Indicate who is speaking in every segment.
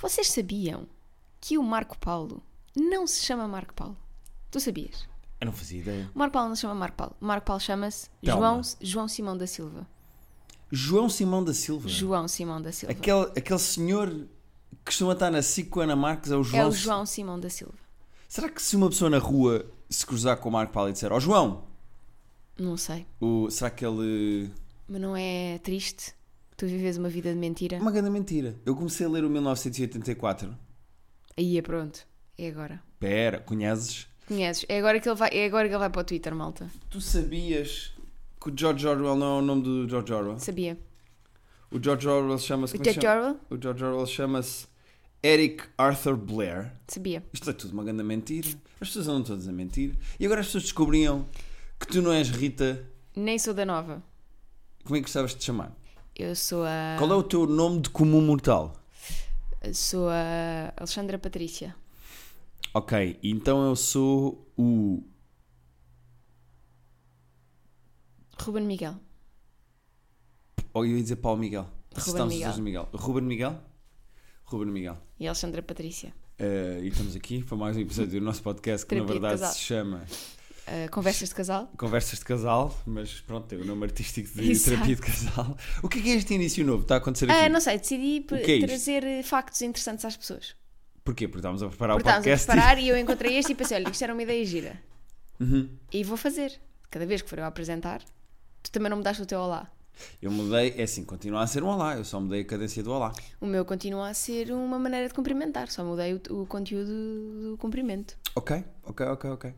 Speaker 1: Vocês sabiam que o Marco Paulo não se chama Marco Paulo? Tu sabias?
Speaker 2: Eu não fazia ideia.
Speaker 1: O Marco Paulo não se chama Marco Paulo. O Marco Paulo chama-se
Speaker 2: Telma.
Speaker 1: João, João Simão da Silva.
Speaker 2: João Simão da Silva.
Speaker 1: João Simão da Silva.
Speaker 2: Aquele, aquele senhor que costuma estar na Cico Ana Marques é o João.
Speaker 1: É o João Simão da Silva.
Speaker 2: Será que se uma pessoa na rua se cruzar com o Marco Paulo e disser, ó João,
Speaker 1: Não sei.
Speaker 2: o- será que ele.
Speaker 1: Mas não é triste tu vives uma vida de mentira?
Speaker 2: É uma grande mentira. Eu comecei a ler o 1984.
Speaker 1: Aí é pronto. É agora.
Speaker 2: Pera, conheces?
Speaker 1: Conheces? É agora que ele vai, é agora que ele vai para o Twitter, malta.
Speaker 2: Tu sabias que o George Orwell não é o nome do George Orwell?
Speaker 1: Sabia?
Speaker 2: O George Orwell chama-se.
Speaker 1: O
Speaker 2: como é que
Speaker 1: George
Speaker 2: chama?
Speaker 1: Orwell?
Speaker 2: O George Orwell chama-se Eric Arthur Blair.
Speaker 1: Sabia.
Speaker 2: Isto é tudo uma grande mentira. As pessoas andam todas a mentir. E agora as pessoas descobriam que tu não és Rita.
Speaker 1: Nem sou da nova.
Speaker 2: Como é que gostavas de te chamar?
Speaker 1: Eu sou a.
Speaker 2: Qual é o teu nome de comum mortal?
Speaker 1: Sou a Alexandra Patrícia.
Speaker 2: Ok, então eu sou o.
Speaker 1: Ruben Miguel.
Speaker 2: Ou eu ia dizer Paulo Miguel.
Speaker 1: Ruben
Speaker 2: Estamos os
Speaker 1: Miguel.
Speaker 2: dois no Miguel. Ruben Miguel? Ruben Miguel.
Speaker 1: E Alexandra Patrícia.
Speaker 2: Eh, e estamos aqui para mais um episódio do nosso podcast que
Speaker 1: Terapia
Speaker 2: na
Speaker 1: de
Speaker 2: verdade
Speaker 1: casal.
Speaker 2: se chama
Speaker 1: Ah, conversas de casal?
Speaker 2: Conversas de Casal, mas pronto, é o nome artístico de
Speaker 1: Exato.
Speaker 2: Terapia de Casal. O que é que é este início novo? Está a acontecer aqui?
Speaker 1: Ah, não sei, decidi p-
Speaker 2: O que é isto?
Speaker 1: trazer eh, factos interessantes às pessoas.
Speaker 2: Porquê? Porque estávamos a preparar
Speaker 1: Porque
Speaker 2: o
Speaker 1: estávamos a
Speaker 2: um podcast. e- Uhum.
Speaker 1: preparar e eu encontrei este e pensei: olha, isto era uma ideia gira. E vou fazer. Cada vez que for eu a apresentar, tu também não me das o teu olá.
Speaker 2: Eu mudei, é assim, continua a ser um olá, eu só mudei a cadência do olá.
Speaker 1: O meu continua a ser uma maneira de cumprimentar, só mudei o, o conteúdo do cumprimento,
Speaker 2: Ok, ok, ok, ok.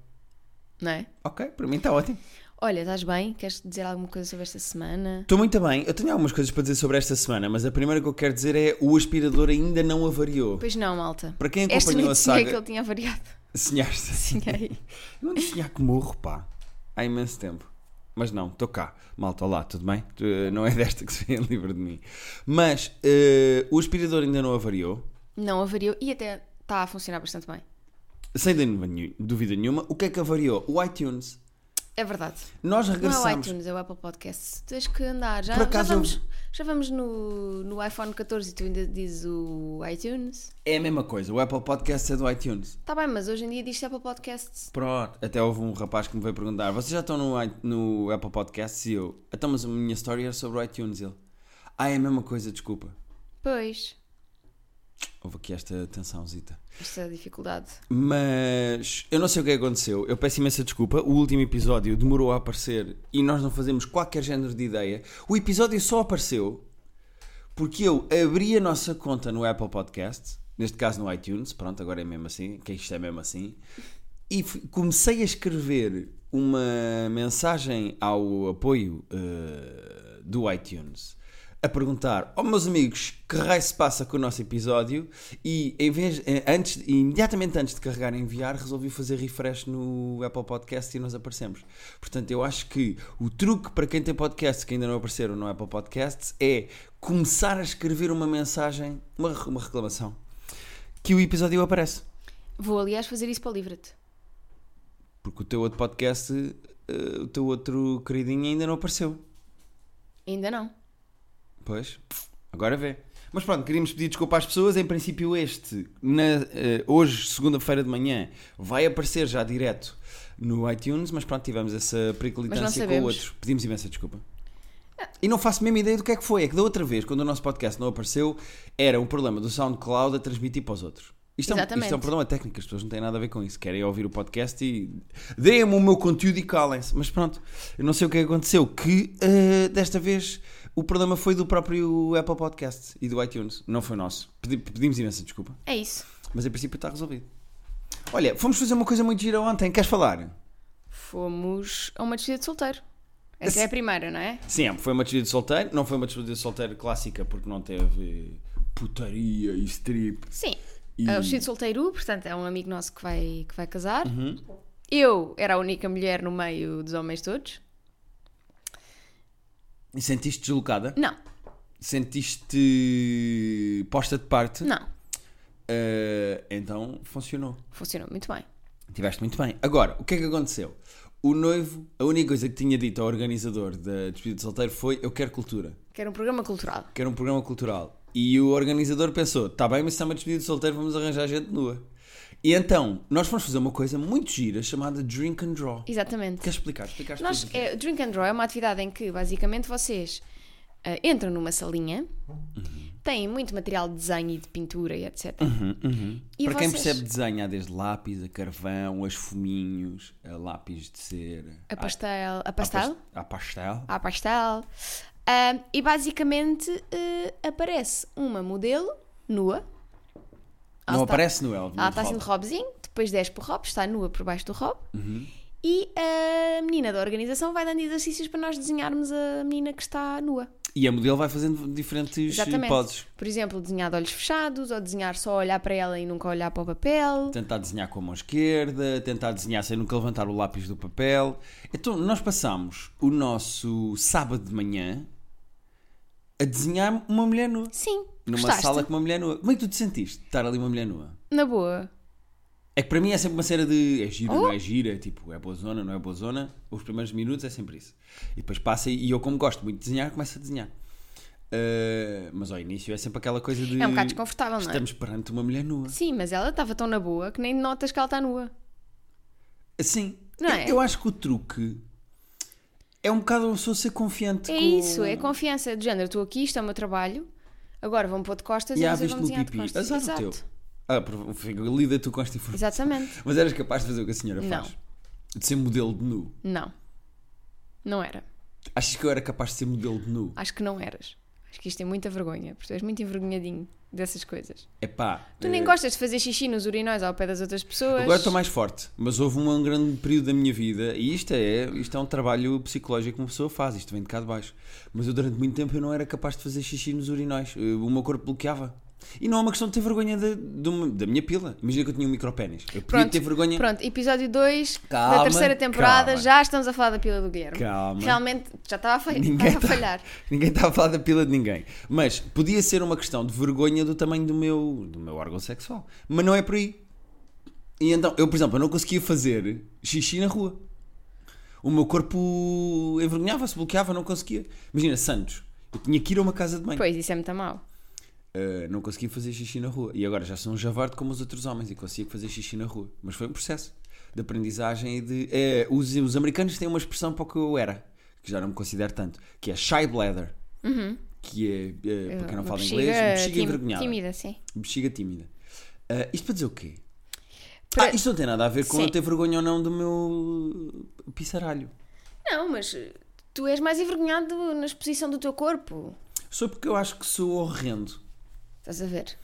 Speaker 1: não é?
Speaker 2: Ok, para mim está ótimo.
Speaker 1: Olha, estás bem? Queres dizer alguma coisa sobre esta semana?
Speaker 2: Estou muito bem, eu tenho algumas coisas para dizer sobre esta semana, mas a primeira que eu quero dizer é o aspirador ainda não avariou.
Speaker 1: Pois não, malta.
Speaker 2: Para quem
Speaker 1: Esta
Speaker 2: acompanhou
Speaker 1: noite
Speaker 2: a
Speaker 1: sonhei que
Speaker 2: saga.
Speaker 1: ele tinha variado.
Speaker 2: Sonhaste?
Speaker 1: Sonhei.
Speaker 2: Eu ando a sonhar que morro, pá. Há imenso tempo. Mas não, estou cá. Malta, olá, tudo bem? Tu, eh, Não é desta que se vê livre de mim. Mas eh, o aspirador ainda não avariou.
Speaker 1: Não avariou e até está a funcionar bastante bem.
Speaker 2: Sem dúvida nenhu- dúvida nenhuma. O que é que avariou? O iTunes.
Speaker 1: É verdade.
Speaker 2: Nós
Speaker 1: Não é o
Speaker 2: regressamos.
Speaker 1: iTunes, é o Apple Podcasts. Tens que andar. Já,
Speaker 2: Por acaso
Speaker 1: já
Speaker 2: eu-
Speaker 1: vamos, já vamos no, no iPhone 14 e tu ainda dizes o iTunes.
Speaker 2: É a mesma coisa. O Apple Podcast é do iTunes.
Speaker 1: Está bem, mas hoje em dia diz-se Apple Podcasts.
Speaker 2: Pronto. Até houve um rapaz que me veio perguntar: vocês já estão no, i- no Apple Podcasts? E eu, então, mas a minha história era sobre o iTunes. Ele, ah, é a mesma coisa, desculpa.
Speaker 1: Pois.
Speaker 2: Houve aqui esta tensãozita.
Speaker 1: Esta é dificuldade.
Speaker 2: Mas eu não sei o que é que aconteceu. Eu peço imensa desculpa. O último episódio demorou a aparecer e nós não fazemos qualquer género de ideia. O episódio só apareceu porque eu abri a nossa conta no Apple Podcast, neste caso no iTunes, pronto, agora é mesmo assim, que isto é mesmo assim, e fui- comecei a escrever uma mensagem ao apoio eh, do iTunes a perguntar, oh meus amigos, que raio se passa com o nosso episódio? E em vez, eh, antes, imediatamente antes de carregar em enviar, resolvi fazer refresh no Apple Podcast e nós aparecemos. Portanto, eu acho que o truque para quem tem podcasts que ainda não apareceram no Apple Podcasts é começar a escrever uma mensagem, uma, re- uma reclamação, que o episódio aparece.
Speaker 1: Vou, aliás, fazer isso para o Livre-te.
Speaker 2: Porque o teu outro podcast, eh, o teu outro queridinho ainda não apareceu.
Speaker 1: Ainda não.
Speaker 2: Pois, agora vê. Mas pronto, queríamos pedir desculpa às pessoas. Em princípio, este, na- eh, hoje, segunda-feira de manhã, vai aparecer já direto no iTunes. Mas pronto, tivemos essa
Speaker 1: Mas não
Speaker 2: periclitância com o
Speaker 1: sabemos.
Speaker 2: outro. Pedimos imensa desculpa. E não faço a mesma ideia do que é que foi. É que da outra vez, quando o nosso podcast não apareceu, era um problema do SoundCloud a transmitir para os outros. Isto é, um, isto é um
Speaker 1: Exatamente.
Speaker 2: problema técnico, as pessoas não têm nada a ver com isso. Querem ouvir o podcast e deem-me o meu conteúdo e calem-se. Mas pronto, eu não sei o que é que aconteceu. Que eh, desta vez o problema foi do próprio Apple Podcast e do iTunes, não foi nosso. Pedi- pedimos imensa desculpa,
Speaker 1: É isso.
Speaker 2: mas em princípio está resolvido. Olha, fomos fazer uma coisa muito gira ontem, queres falar?
Speaker 1: Fomos a uma despedida de solteiro. Essa
Speaker 2: Esse-
Speaker 1: é a primeira, não é?
Speaker 2: Sim, foi uma despedida de solteiro, não foi uma despedida de solteiro clássica porque não teve putaria e strip.
Speaker 1: Sim.
Speaker 2: E-
Speaker 1: É O vestido de solteiro, portanto, é um amigo nosso que vai, que vai casar.
Speaker 2: Uhum.
Speaker 1: Eu era a única mulher no meio dos homens todos.
Speaker 2: E sentiste deslocada?
Speaker 1: Não,
Speaker 2: Sentiste posta de parte?
Speaker 1: não.
Speaker 2: Eh, então funcionou.
Speaker 1: Funcionou muito bem.
Speaker 2: Tiveste muito bem. Agora, o que é que aconteceu? O noivo, a única coisa que tinha dito ao organizador da despedida de solteiro foi: Eu quero cultura.
Speaker 1: Que era um programa cultural.
Speaker 2: Quero um programa cultural. E o organizador pensou: está bem, mas está-me a despedir de solteiro, vamos arranjar gente nua. E então, nós fomos fazer uma coisa muito gira chamada Drink and Draw.
Speaker 1: Exatamente.
Speaker 2: Queres explicar? Explicaste
Speaker 1: Nós,
Speaker 2: tudo.
Speaker 1: é, Drink and Draw é uma atividade em que basicamente vocês ah, entram numa salinha,
Speaker 2: Uhum.
Speaker 1: têm muito material de desenho e de pintura e etc. E
Speaker 2: uhum. Para quem
Speaker 1: vocês-
Speaker 2: percebe desenho, há desde lápis, a carvão, a esfuminhos, a lápis de cera.
Speaker 1: A pastel. A
Speaker 2: Há- há
Speaker 1: pastel? Ah,
Speaker 2: pas- Há pastel.
Speaker 1: A pastel. Ah, e basicamente ah, aparece uma modelo nua. Ela
Speaker 2: Não
Speaker 1: está-
Speaker 2: aparece no Elvin.
Speaker 1: Ela está assim de robzinho, depois desce para o rob, está nua por baixo do rob.
Speaker 2: Uhum.
Speaker 1: E a menina da organização vai dando exercícios para nós desenharmos a menina que está nua.
Speaker 2: E a modelo vai fazendo diferentes
Speaker 1: Exatamente.
Speaker 2: poses.
Speaker 1: Por exemplo, desenhar de olhos fechados, ou desenhar só olhar para ela e nunca olhar para o papel.
Speaker 2: Tentar desenhar com a mão esquerda, tentar desenhar sem nunca levantar o lápis do papel. Então, nós passamos o nosso sábado de manhã a desenhar uma mulher nua.
Speaker 1: Sim,
Speaker 2: Numa
Speaker 1: gostaste?
Speaker 2: sala com uma mulher nua. Como é que tu te sentiste de estar ali uma mulher nua?
Speaker 1: Na boa.
Speaker 2: É que para mim é sempre uma cena de é gira,
Speaker 1: Oh.
Speaker 2: não é gira, tipo, é boa zona, não é boa zona. Os primeiros minutos é sempre isso. E depois passa e eu, como gosto muito de desenhar, começo a desenhar. Ah, mas ao início é sempre aquela coisa de.
Speaker 1: É um bocado desconfortável, não é?
Speaker 2: Estamos perante uma mulher nua.
Speaker 1: Sim, mas ela estava tão na boa que nem notas que ela está nua.
Speaker 2: Sim.
Speaker 1: Não
Speaker 2: Assim, eu,
Speaker 1: é?
Speaker 2: eu acho que o truque é um bocado uma pessoa ser confiante.
Speaker 1: É
Speaker 2: com-
Speaker 1: isso, é confiança. De género, estou aqui, isto é o meu trabalho. Agora vão pôr de costas
Speaker 2: E há
Speaker 1: e vocês
Speaker 2: visto
Speaker 1: vão
Speaker 2: no
Speaker 1: desenhar de
Speaker 2: pipi.
Speaker 1: costas.
Speaker 2: Azar o teu. Ah, prov- fica- lida tu com esta informação.
Speaker 1: Exatamente.
Speaker 2: Mas eras capaz de fazer o que a senhora
Speaker 1: Não.
Speaker 2: faz? De ser modelo de nu.
Speaker 1: Não. Não era.
Speaker 2: Achas que eu era capaz de ser modelo de nu?
Speaker 1: Acho que não eras. Acho que isto é muita vergonha, porque tu és muito envergonhadinho dessas coisas.
Speaker 2: Epá.
Speaker 1: Ah, Tu nem
Speaker 2: eh,
Speaker 1: gostas de fazer xixi nos urinóis ao pé das outras pessoas.
Speaker 2: Agora estou mais forte, mas houve um, um grande período da minha vida, e isto é, isto é um trabalho psicológico que uma pessoa faz, isto vem de cá de baixo. Mas eu durante muito tempo eu não era capaz de fazer xixi nos urinóis, eh, o meu corpo bloqueava. E não é uma questão de ter vergonha da- de uma- da minha pila. Imagina que eu tinha um micropénis. Eu podia
Speaker 1: Pronto,
Speaker 2: ter vergonha.
Speaker 1: Pronto, episódio 2 da
Speaker 2: Calma,
Speaker 1: terceira temporada,
Speaker 2: calma.
Speaker 1: já estamos a falar da pila do Guilherme.
Speaker 2: Calma.
Speaker 1: Realmente já estava a, fa-
Speaker 2: Ninguém
Speaker 1: estava a
Speaker 2: tá-
Speaker 1: falhar.
Speaker 2: Ninguém está a falar da pila de ninguém. Mas podia ser uma questão de vergonha do tamanho do meu, do meu órgão sexual. Mas não é por aí. E então, eu, por exemplo, eu não conseguia fazer xixi na rua. O meu corpo envergonhava-se, bloqueava, não conseguia. Imagina, Santos. Eu tinha que ir a uma casa de banho.
Speaker 1: Pois, isso é muito mau.
Speaker 2: Ah, não conseguia fazer xixi na rua. E agora já sou um javarde como os outros homens e consigo fazer xixi na rua. Mas foi um processo de aprendizagem e de. eh, os, os americanos têm uma expressão para o que eu era, que já não me considero tanto, que é shy bladder. Que é, eh, para quem não
Speaker 1: Uhum. Uma
Speaker 2: fala
Speaker 1: bexiga
Speaker 2: inglês, bexiga
Speaker 1: tim-
Speaker 2: envergonhada.
Speaker 1: Tímida, sim.
Speaker 2: Bexiga tímida. Ah, isto para dizer o quê?
Speaker 1: Para-
Speaker 2: Ah, isto não tem nada a ver com
Speaker 1: Sim.
Speaker 2: eu ter vergonha ou não do meu pisaralho.
Speaker 1: Não, mas eh, tu és mais envergonhado na exposição do teu corpo.
Speaker 2: Só porque eu acho que sou horrendo.
Speaker 1: Estás a ver?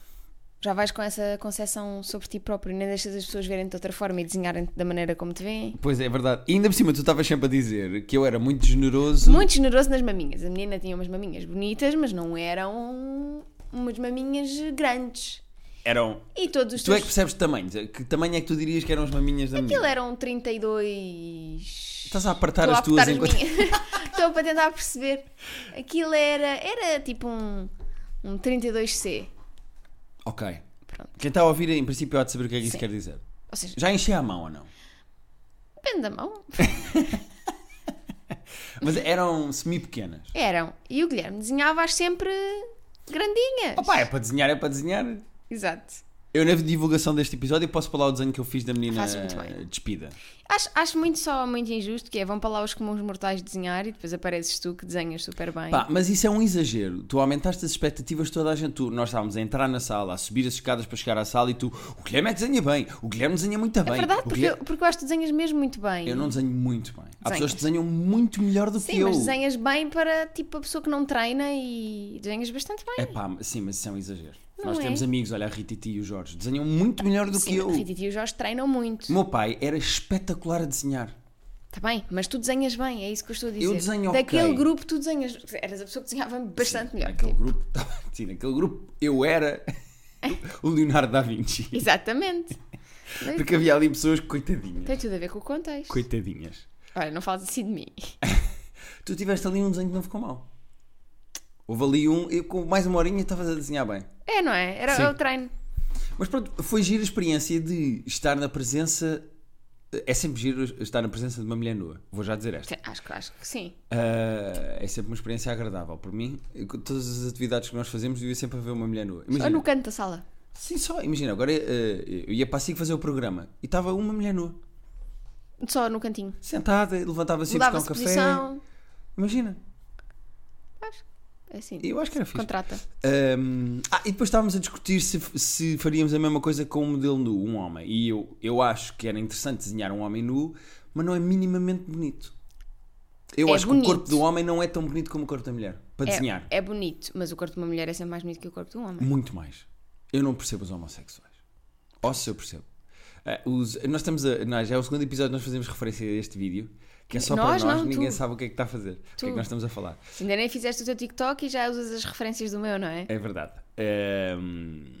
Speaker 1: Já vais com essa concepção sobre ti próprio, nem deixas as pessoas verem de outra forma e desenharem da maneira como te veem.
Speaker 2: Pois é, é verdade. E ainda por cima, tu estavas sempre a dizer que eu era muito generoso.
Speaker 1: Muito generoso nas maminhas. A menina tinha umas maminhas bonitas, mas não eram umas maminhas grandes.
Speaker 2: Eram
Speaker 1: E todos os
Speaker 2: Tu é
Speaker 1: teus.
Speaker 2: que percebes tamanhos. Que tamanho é que tu dirias que eram as maminhas da
Speaker 1: Aquilo
Speaker 2: menina?
Speaker 1: eram 32.
Speaker 2: Estás a apertar
Speaker 1: Estou a
Speaker 2: as tuas
Speaker 1: apertar as
Speaker 2: enquanto.
Speaker 1: minhas. Estou para tentar perceber. Aquilo era, era tipo um, um 32C.
Speaker 2: Ok.
Speaker 1: Pronto.
Speaker 2: Quem está a ouvir, em princípio, há de saber o que é que isso
Speaker 1: Sim.
Speaker 2: quer dizer.
Speaker 1: Ou seja,
Speaker 2: Já enchei a mão ou não?
Speaker 1: depende da mão.
Speaker 2: Mas eram semi-pequenas.
Speaker 1: Eram. E o Guilherme desenhava-as sempre grandinhas.
Speaker 2: Opa, é para desenhar, é para desenhar.
Speaker 1: Exato.
Speaker 2: Eu, na divulgação deste episódio, posso falar o desenho que eu fiz da menina
Speaker 1: Fazes muito bem.
Speaker 2: despida.
Speaker 1: Acho, acho muito só muito injusto que é vão para lá os comuns mortais desenhar e depois apareces tu que desenhas super bem.
Speaker 2: Pá, mas isso é um exagero. Tu aumentaste as expectativas de toda a gente. Tu, nós estávamos a entrar na sala, a subir as escadas para chegar à sala e tu, o Guilherme é que desenha bem, o Guilherme desenha muito bem.
Speaker 1: é verdade,
Speaker 2: o
Speaker 1: porque,
Speaker 2: Guilherme-"
Speaker 1: eu, porque eu acho que desenhas mesmo muito bem.
Speaker 2: Eu não desenho muito bem. Há pessoas
Speaker 1: Desenhas.
Speaker 2: que desenham muito melhor do que
Speaker 1: Sim,
Speaker 2: eu.
Speaker 1: mas desenhas bem para tipo a pessoa que não treina e desenhas bastante bem.
Speaker 2: É pá, sim, mas isso é um exagero.
Speaker 1: Não
Speaker 2: Nós
Speaker 1: é?
Speaker 2: temos amigos, olha, a Rita e Tio e o Jorge, desenham muito melhor do que
Speaker 1: Sim,
Speaker 2: eu.
Speaker 1: a Rita e o Jorge treinam muito.
Speaker 2: O meu pai era espetacular a desenhar.
Speaker 1: Está bem, mas tu desenhas bem, é isso que eu estou a dizer.
Speaker 2: desenho ok.
Speaker 1: Daquele grupo tu desenhas. Eras a pessoa que desenhava bastante melhor.
Speaker 2: Aquele
Speaker 1: tipo.
Speaker 2: grupo, sim, naquele grupo eu era o Leonardo da Vinci.
Speaker 1: Exatamente.
Speaker 2: Porque havia ali pessoas coitadinhas.
Speaker 1: Tem tudo a ver com o contexto.
Speaker 2: Coitadinhas.
Speaker 1: Olha, não fales assim de mim.
Speaker 2: Tu tiveste ali um desenho que não ficou mal. Houve ali um, eu com mais uma horinha estavas a desenhar bem.
Speaker 1: É, não é? Era
Speaker 2: Sim.
Speaker 1: o treino.
Speaker 2: Mas pronto, foi gira a experiência de estar na presença É sempre giro estar na presença de uma mulher nua. Vou já dizer esta.
Speaker 1: Sim, Acho, que- acho que sim.
Speaker 2: Ah, é sempre uma experiência agradável. Por mim, todas as atividades que nós fazemos, devia sempre haver uma mulher nua. Imagina-
Speaker 1: Ou no canto da sala.
Speaker 2: Sim, só. Imagina, agora eh, eu ia para a SIC fazer o programa e estava uma mulher nua,
Speaker 1: Só no cantinho.
Speaker 2: sentada, levantava-se e buscar um
Speaker 1: Mudava-se de
Speaker 2: café.
Speaker 1: posição.
Speaker 2: Imagina.
Speaker 1: É assim.
Speaker 2: Eu acho que era fixe.
Speaker 1: Contrata.
Speaker 2: Ahm, ah, e depois estávamos a discutir se, se faríamos a mesma coisa com um modelo nu, um homem. E eu, eu acho que era interessante desenhar um homem nu, mas não é minimamente bonito. Eu
Speaker 1: É
Speaker 2: acho que
Speaker 1: bonito.
Speaker 2: o corpo do homem não é tão bonito como o corpo da mulher. Para desenhar, Hum.
Speaker 1: É, é bonito, mas o corpo de uma mulher é sempre mais bonito que o corpo de um homem.
Speaker 2: muito mais. Eu não percebo os homossexuais. Ou se eu percebo. Ah, os- nós estamos a, nós, já é o segundo episódio que nós fazemos referência a este vídeo, que é só
Speaker 1: Nós
Speaker 2: para nós,
Speaker 1: não,
Speaker 2: ninguém
Speaker 1: tu.
Speaker 2: sabe o que é que está a fazer, o que é
Speaker 1: Tu.
Speaker 2: que nós estamos a falar.
Speaker 1: Ainda nem fizeste o teu TikTok e já usas as referências do meu, não é?
Speaker 2: É verdade. Ehm,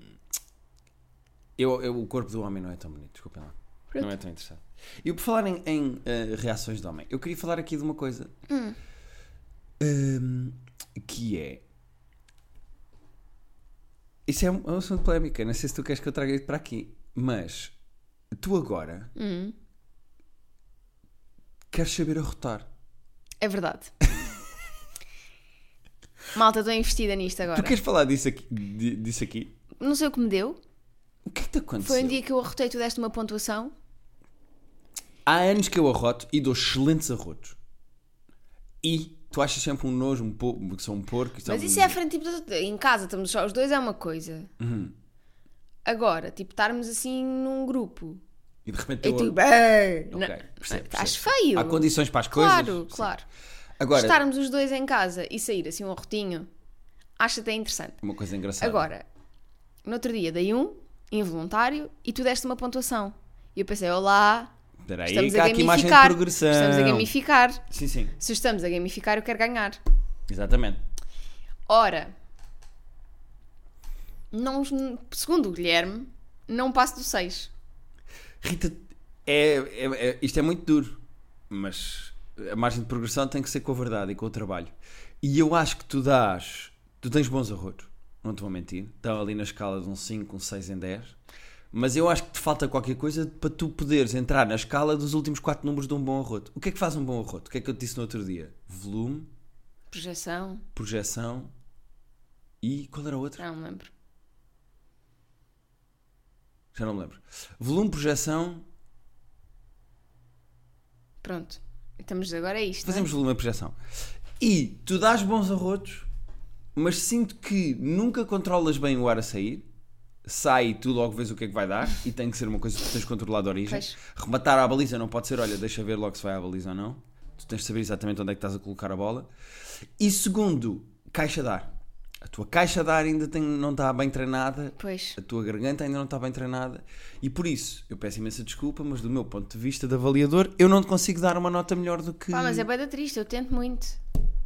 Speaker 2: eu, eu- o corpo do homem não é tão bonito, desculpem lá. Não é tão interessante. E por falar em, em, eh, reações de homem, eu queria falar aqui de uma coisa.
Speaker 1: Hum.
Speaker 2: Ehm, que é. Isso é um, é um assunto de polémica. Não sei se tu queres que eu traga isso para aqui. Mas tu agora
Speaker 1: Hum.
Speaker 2: queres saber arrotar.
Speaker 1: É verdade. Malta, estou investida nisto agora.
Speaker 2: Tu queres falar disso aqui? di- Disso aqui?
Speaker 1: Não sei o que me deu.
Speaker 2: O que é que te aconteceu?
Speaker 1: Foi um dia que eu arrotei, tu deste uma pontuação.
Speaker 2: Há anos que eu arroto e dou excelentes arrotos. E tu achas sempre um nojo, um porco, que sou um porco. que sou
Speaker 1: Mas
Speaker 2: um-
Speaker 1: isso é à frente, tipo, em casa estamos só os dois, é uma coisa.
Speaker 2: Uhum.
Speaker 1: Agora, tipo, estarmos assim num grupo. tipo,
Speaker 2: E de repente
Speaker 1: E
Speaker 2: eu...
Speaker 1: tu, bem,
Speaker 2: Ok, percebo,
Speaker 1: estás
Speaker 2: percebo.
Speaker 1: feio.
Speaker 2: Há condições para as coisas.
Speaker 1: Claro,
Speaker 2: Sim.
Speaker 1: claro.
Speaker 2: Agora,
Speaker 1: Estarmos os dois em casa e sair assim um arrotinho, acho até interessante.
Speaker 2: uma coisa engraçada.
Speaker 1: Agora, no outro dia dei um, involuntário, e tu deste uma pontuação. E eu pensei, olá,
Speaker 2: Espera aí,
Speaker 1: estamos
Speaker 2: que há
Speaker 1: a
Speaker 2: aqui imagem de
Speaker 1: gamificar.
Speaker 2: progressão.
Speaker 1: Estamos a gamificar.
Speaker 2: Sim, sim.
Speaker 1: Se estamos a gamificar, eu quero ganhar.
Speaker 2: Exatamente.
Speaker 1: Ora, não, segundo o Guilherme, não passo do 6.
Speaker 2: Rita, é, é- é- isto é muito duro, mas a margem de progressão tem que ser com a verdade e com o trabalho. E eu acho que tu dás, tu tens bons arrotos, não te vou mentir, estão ali na escala de um 5, um 6 em 10, mas eu acho que te falta qualquer coisa para tu poderes entrar na escala dos últimos 4 números de um bom arroto. O que é que faz um bom arroto? O que é que eu te disse no outro dia? Volume,
Speaker 1: Projeção,
Speaker 2: projeção e qual era a outra?
Speaker 1: já não me lembro.
Speaker 2: Já não me lembro. Volume, projeção,
Speaker 1: Pronto. Estamos agora a isto. não é?
Speaker 2: Fazemos volume e projeção. E tu dás bons arrotos, mas sinto que nunca controlas bem o ar a sair. Sai e tu logo vês o que é que vai dar e tem que ser uma coisa que tu tens controlado a origem.
Speaker 1: Pois.
Speaker 2: Rematar à baliza não pode ser, olha, deixa ver logo se vai à baliza ou não. Tu tens de saber exatamente onde é que estás a colocar a bola. E segundo, caixa de ar. A tua caixa de ar ainda tem- não está bem treinada,
Speaker 1: Pois.
Speaker 2: a tua garganta ainda não está bem treinada e por isso eu peço imensa desculpa, mas do meu ponto de vista de avaliador, eu não te consigo dar uma nota melhor do que.
Speaker 1: Pá, mas é bem triste, eu tento muito.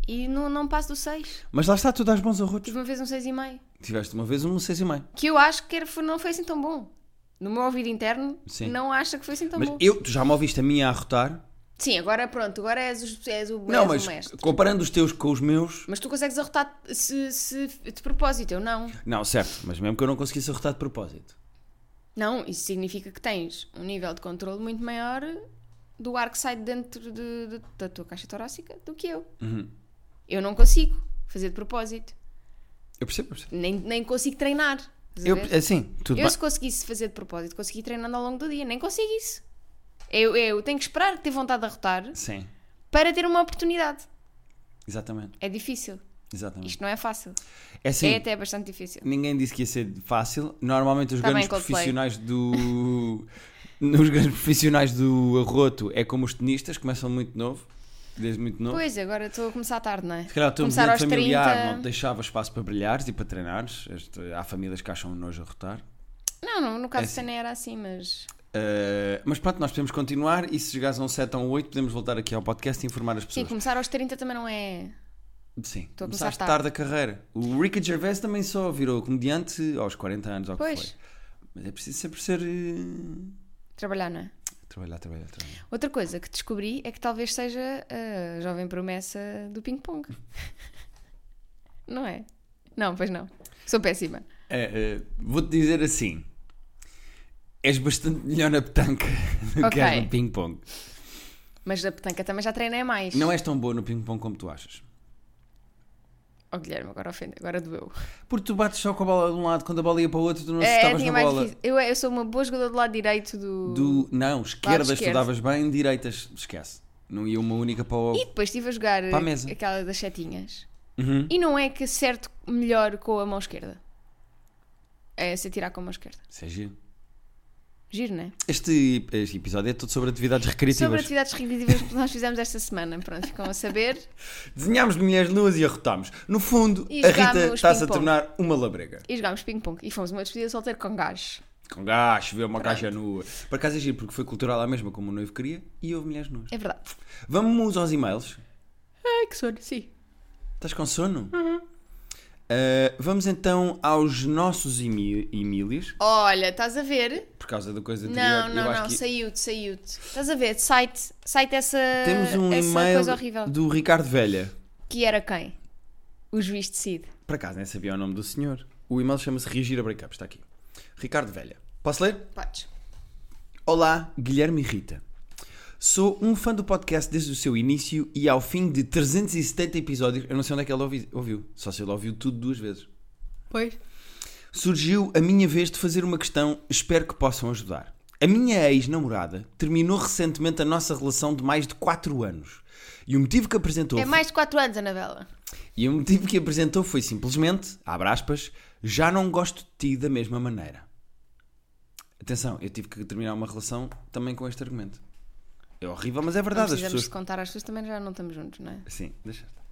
Speaker 1: E não, não passo do 6.
Speaker 2: Mas lá está, tu dás bons arrotos.
Speaker 1: Tive uma vez um 6,5.
Speaker 2: Tiveste uma vez um 6,5.
Speaker 1: Que eu acho que era- foi- não foi assim tão bom. No meu ouvido interno,
Speaker 2: Sim.
Speaker 1: não acha que foi assim tão
Speaker 2: Mas
Speaker 1: bom.
Speaker 2: eu, tu já me ouviste a minha a arrotar?
Speaker 1: Sim, agora pronto, agora és, os- és o,
Speaker 2: Não,
Speaker 1: és
Speaker 2: mas
Speaker 1: o mestre.
Speaker 2: comparando os teus com os meus.
Speaker 1: Mas tu consegues arrotar se, se de propósito, eu não.
Speaker 2: Não, certo, mas mesmo que eu não conseguisse arrotar de propósito.
Speaker 1: Não, isso significa que tens um nível de controle muito maior do ar que sai de dentro de- de- da tua caixa torácica do que eu.
Speaker 2: Uhum.
Speaker 1: Eu não consigo fazer de propósito.
Speaker 2: Eu percebo, eu percebo.
Speaker 1: Nem, nem consigo treinar. estás a
Speaker 2: Eu,
Speaker 1: ver?
Speaker 2: assim, tudo
Speaker 1: Eu,
Speaker 2: bem.
Speaker 1: se conseguisse fazer de propósito, consegui treinando ao longo do dia. Nem consigo isso. Eu, eu tenho que esperar ter vontade de arrotar
Speaker 2: Sim,
Speaker 1: para ter uma oportunidade.
Speaker 2: exatamente.
Speaker 1: É difícil.
Speaker 2: exatamente.
Speaker 1: Isto não é fácil.
Speaker 2: É assim,
Speaker 1: É até bastante difícil.
Speaker 2: ninguém disse que ia ser fácil. Normalmente os
Speaker 1: Tá
Speaker 2: grandes
Speaker 1: bem, Coldplay.
Speaker 2: profissionais do. Os grandes profissionais do arroto é como os tenistas, começam muito novo, desde muito novo.
Speaker 1: Pois, agora estou a começar tarde, não é?
Speaker 2: Se calhar o teu
Speaker 1: começar
Speaker 2: ambiente
Speaker 1: aos
Speaker 2: familiar
Speaker 1: 30.
Speaker 2: não te deixava espaço para brilhares e para treinares. Este- Há famílias que acham nojo a rotar.
Speaker 1: Não, não, no caso
Speaker 2: É
Speaker 1: de Sané era assim, mas.
Speaker 2: Uh, mas pronto, nós podemos continuar e se chegares a um 7 ou um 8, podemos voltar aqui ao podcast e informar as
Speaker 1: Sim,
Speaker 2: pessoas.
Speaker 1: começar aos 30 também não é.
Speaker 2: Sim,
Speaker 1: a começar
Speaker 2: começaste
Speaker 1: tarde.
Speaker 2: tarde a carreira. O Ricky Gervais também só virou comediante aos 40 anos, ou o que
Speaker 1: Pois.
Speaker 2: foi. Mas é preciso sempre ser. uh,
Speaker 1: Trabalhar, não é?
Speaker 2: Trabalhar, trabalhar, trabalhar.
Speaker 1: Outra coisa que descobri é que talvez seja a jovem promessa do ping-pong. não é?
Speaker 2: Eh,
Speaker 1: Não, pois não. Sou péssima.
Speaker 2: É, uh, Vou-te dizer assim: És bastante melhor na petanca do que
Speaker 1: Ok.
Speaker 2: és no ping-pong.
Speaker 1: Mas da petanca também já treinei mais.
Speaker 2: Não és tão boa no ping-pong como tu achas. é-
Speaker 1: Oh, Guilherme, agora ofende, agora doeu.
Speaker 2: Porque tu bates só com a bola de um lado, quando a bola ia para o outro, tu não
Speaker 1: É,
Speaker 2: acertavas
Speaker 1: tinha
Speaker 2: na
Speaker 1: mais
Speaker 2: bola.
Speaker 1: difícil. Eu, eu sou uma boa jogadora do lado direito do.
Speaker 2: Do, não, esquerdas tu
Speaker 1: esquerdo.
Speaker 2: davas bem, direitas, esquece. Não ia uma única para o.
Speaker 1: E depois estive a jogar
Speaker 2: Para a mesa.
Speaker 1: aquela das setinhas.
Speaker 2: Uhum.
Speaker 1: E não é que acerto melhor com a mão esquerda. É se atirar com a mão esquerda.
Speaker 2: Isso é giro.
Speaker 1: Giro, não é?
Speaker 2: Este, este episódio é todo sobre atividades
Speaker 1: Sobre
Speaker 2: recreativas.
Speaker 1: atividades recreativas que nós fizemos esta semana. Pronto, ficam a saber.
Speaker 2: Desenhámos mulheres nuas e arrotámos. No fundo,
Speaker 1: E
Speaker 2: a Rita
Speaker 1: jogámos
Speaker 2: está-se a
Speaker 1: ping-pong.
Speaker 2: tornar uma labrega.
Speaker 1: E jogámos ping-pong. E fomos uma despedida solteira com gás.
Speaker 2: Com gajo, vê uma gaja nua. Por acaso é giro, porque foi cultural à mesma como o noivo queria e houve mulheres nuas.
Speaker 1: É verdade.
Speaker 2: Vamos aos e-mails.
Speaker 1: Ai, que sono, sim.
Speaker 2: Estás com sono? Uhum. vamos então aos nossos emi- Emílios,
Speaker 1: Olha, estás a ver?
Speaker 2: por causa da coisa anterior.
Speaker 1: Não,
Speaker 2: eu
Speaker 1: não,
Speaker 2: acho
Speaker 1: não,
Speaker 2: que
Speaker 1: saiu-te, saiu-te. Estás a ver? Site, site essa,
Speaker 2: temos um
Speaker 1: é essa
Speaker 2: e-mail
Speaker 1: coisa horrível.
Speaker 2: do Ricardo Velha.
Speaker 1: Que era quem? O juiz decide.
Speaker 2: Por acaso nem sabia o nome do senhor. O e-mail chama-se Reagir a Breakup, está aqui. Ricardo Velha. Posso ler?
Speaker 1: Podes.
Speaker 2: Olá, Guilherme e Rita. Sou um fã do podcast desde o seu início e ao fim de 370 episódios, eu não sei onde é que ele ouvi- ouviu, só se ele ouviu tudo duas vezes.
Speaker 1: Pois.
Speaker 2: Surgiu a minha vez de fazer uma questão, espero que possam ajudar. A minha ex-namorada terminou recentemente a nossa relação de mais de 4 anos. E o motivo que apresentou
Speaker 1: É mais de 4 anos, Anabela.
Speaker 2: e o motivo que apresentou foi simplesmente, abre aspas, já não gosto de ti da mesma maneira. Atenção, eu tive que terminar uma relação também com este argumento. É horrível, mas é
Speaker 1: Não
Speaker 2: verdade. As
Speaker 1: precisamos
Speaker 2: pessoas.
Speaker 1: de contar às pessoas, também já não estamos juntos, não é?
Speaker 2: Sim, deixa estar.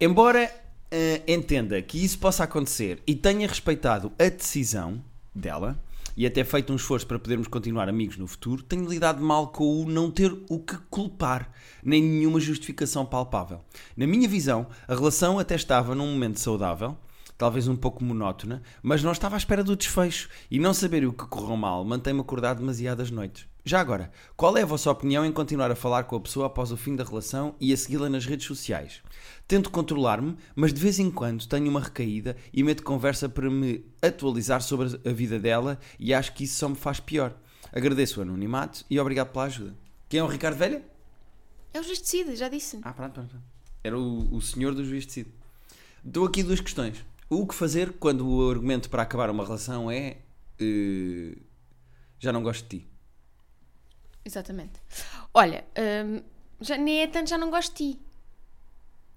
Speaker 2: Embora eh, entenda que isso possa acontecer e tenha respeitado a decisão dela e até feito um esforço para podermos continuar amigos no futuro, tenho lidado mal com o não ter o que culpar, nem nenhuma justificação palpável. Na minha visão, a relação até estava num momento saudável, talvez um pouco monótona, mas não estava à espera do desfecho e não saber o que correu mal mantém-me acordado demasiadas noites. Já agora, qual é a vossa opinião em continuar a falar com a pessoa após o fim da relação e a segui-la nas redes sociais? Tento controlar-me, mas de vez em quando tenho uma recaída e meto conversa para me atualizar sobre a vida dela e acho que isso só me faz pior. Agradeço o anonimato e obrigado pela ajuda. Quem é o Ricardo Velha?
Speaker 1: É o juiz decide, já disse.
Speaker 2: Ah, pronto, pronto. pronto. Era o, o senhor do juiz decide. Dou aqui duas questões. O que fazer quando o argumento para acabar uma relação é eh, já não gosto de ti?
Speaker 1: Exatamente. Olha, hum, já, nem é tanto, já não gosto de ti.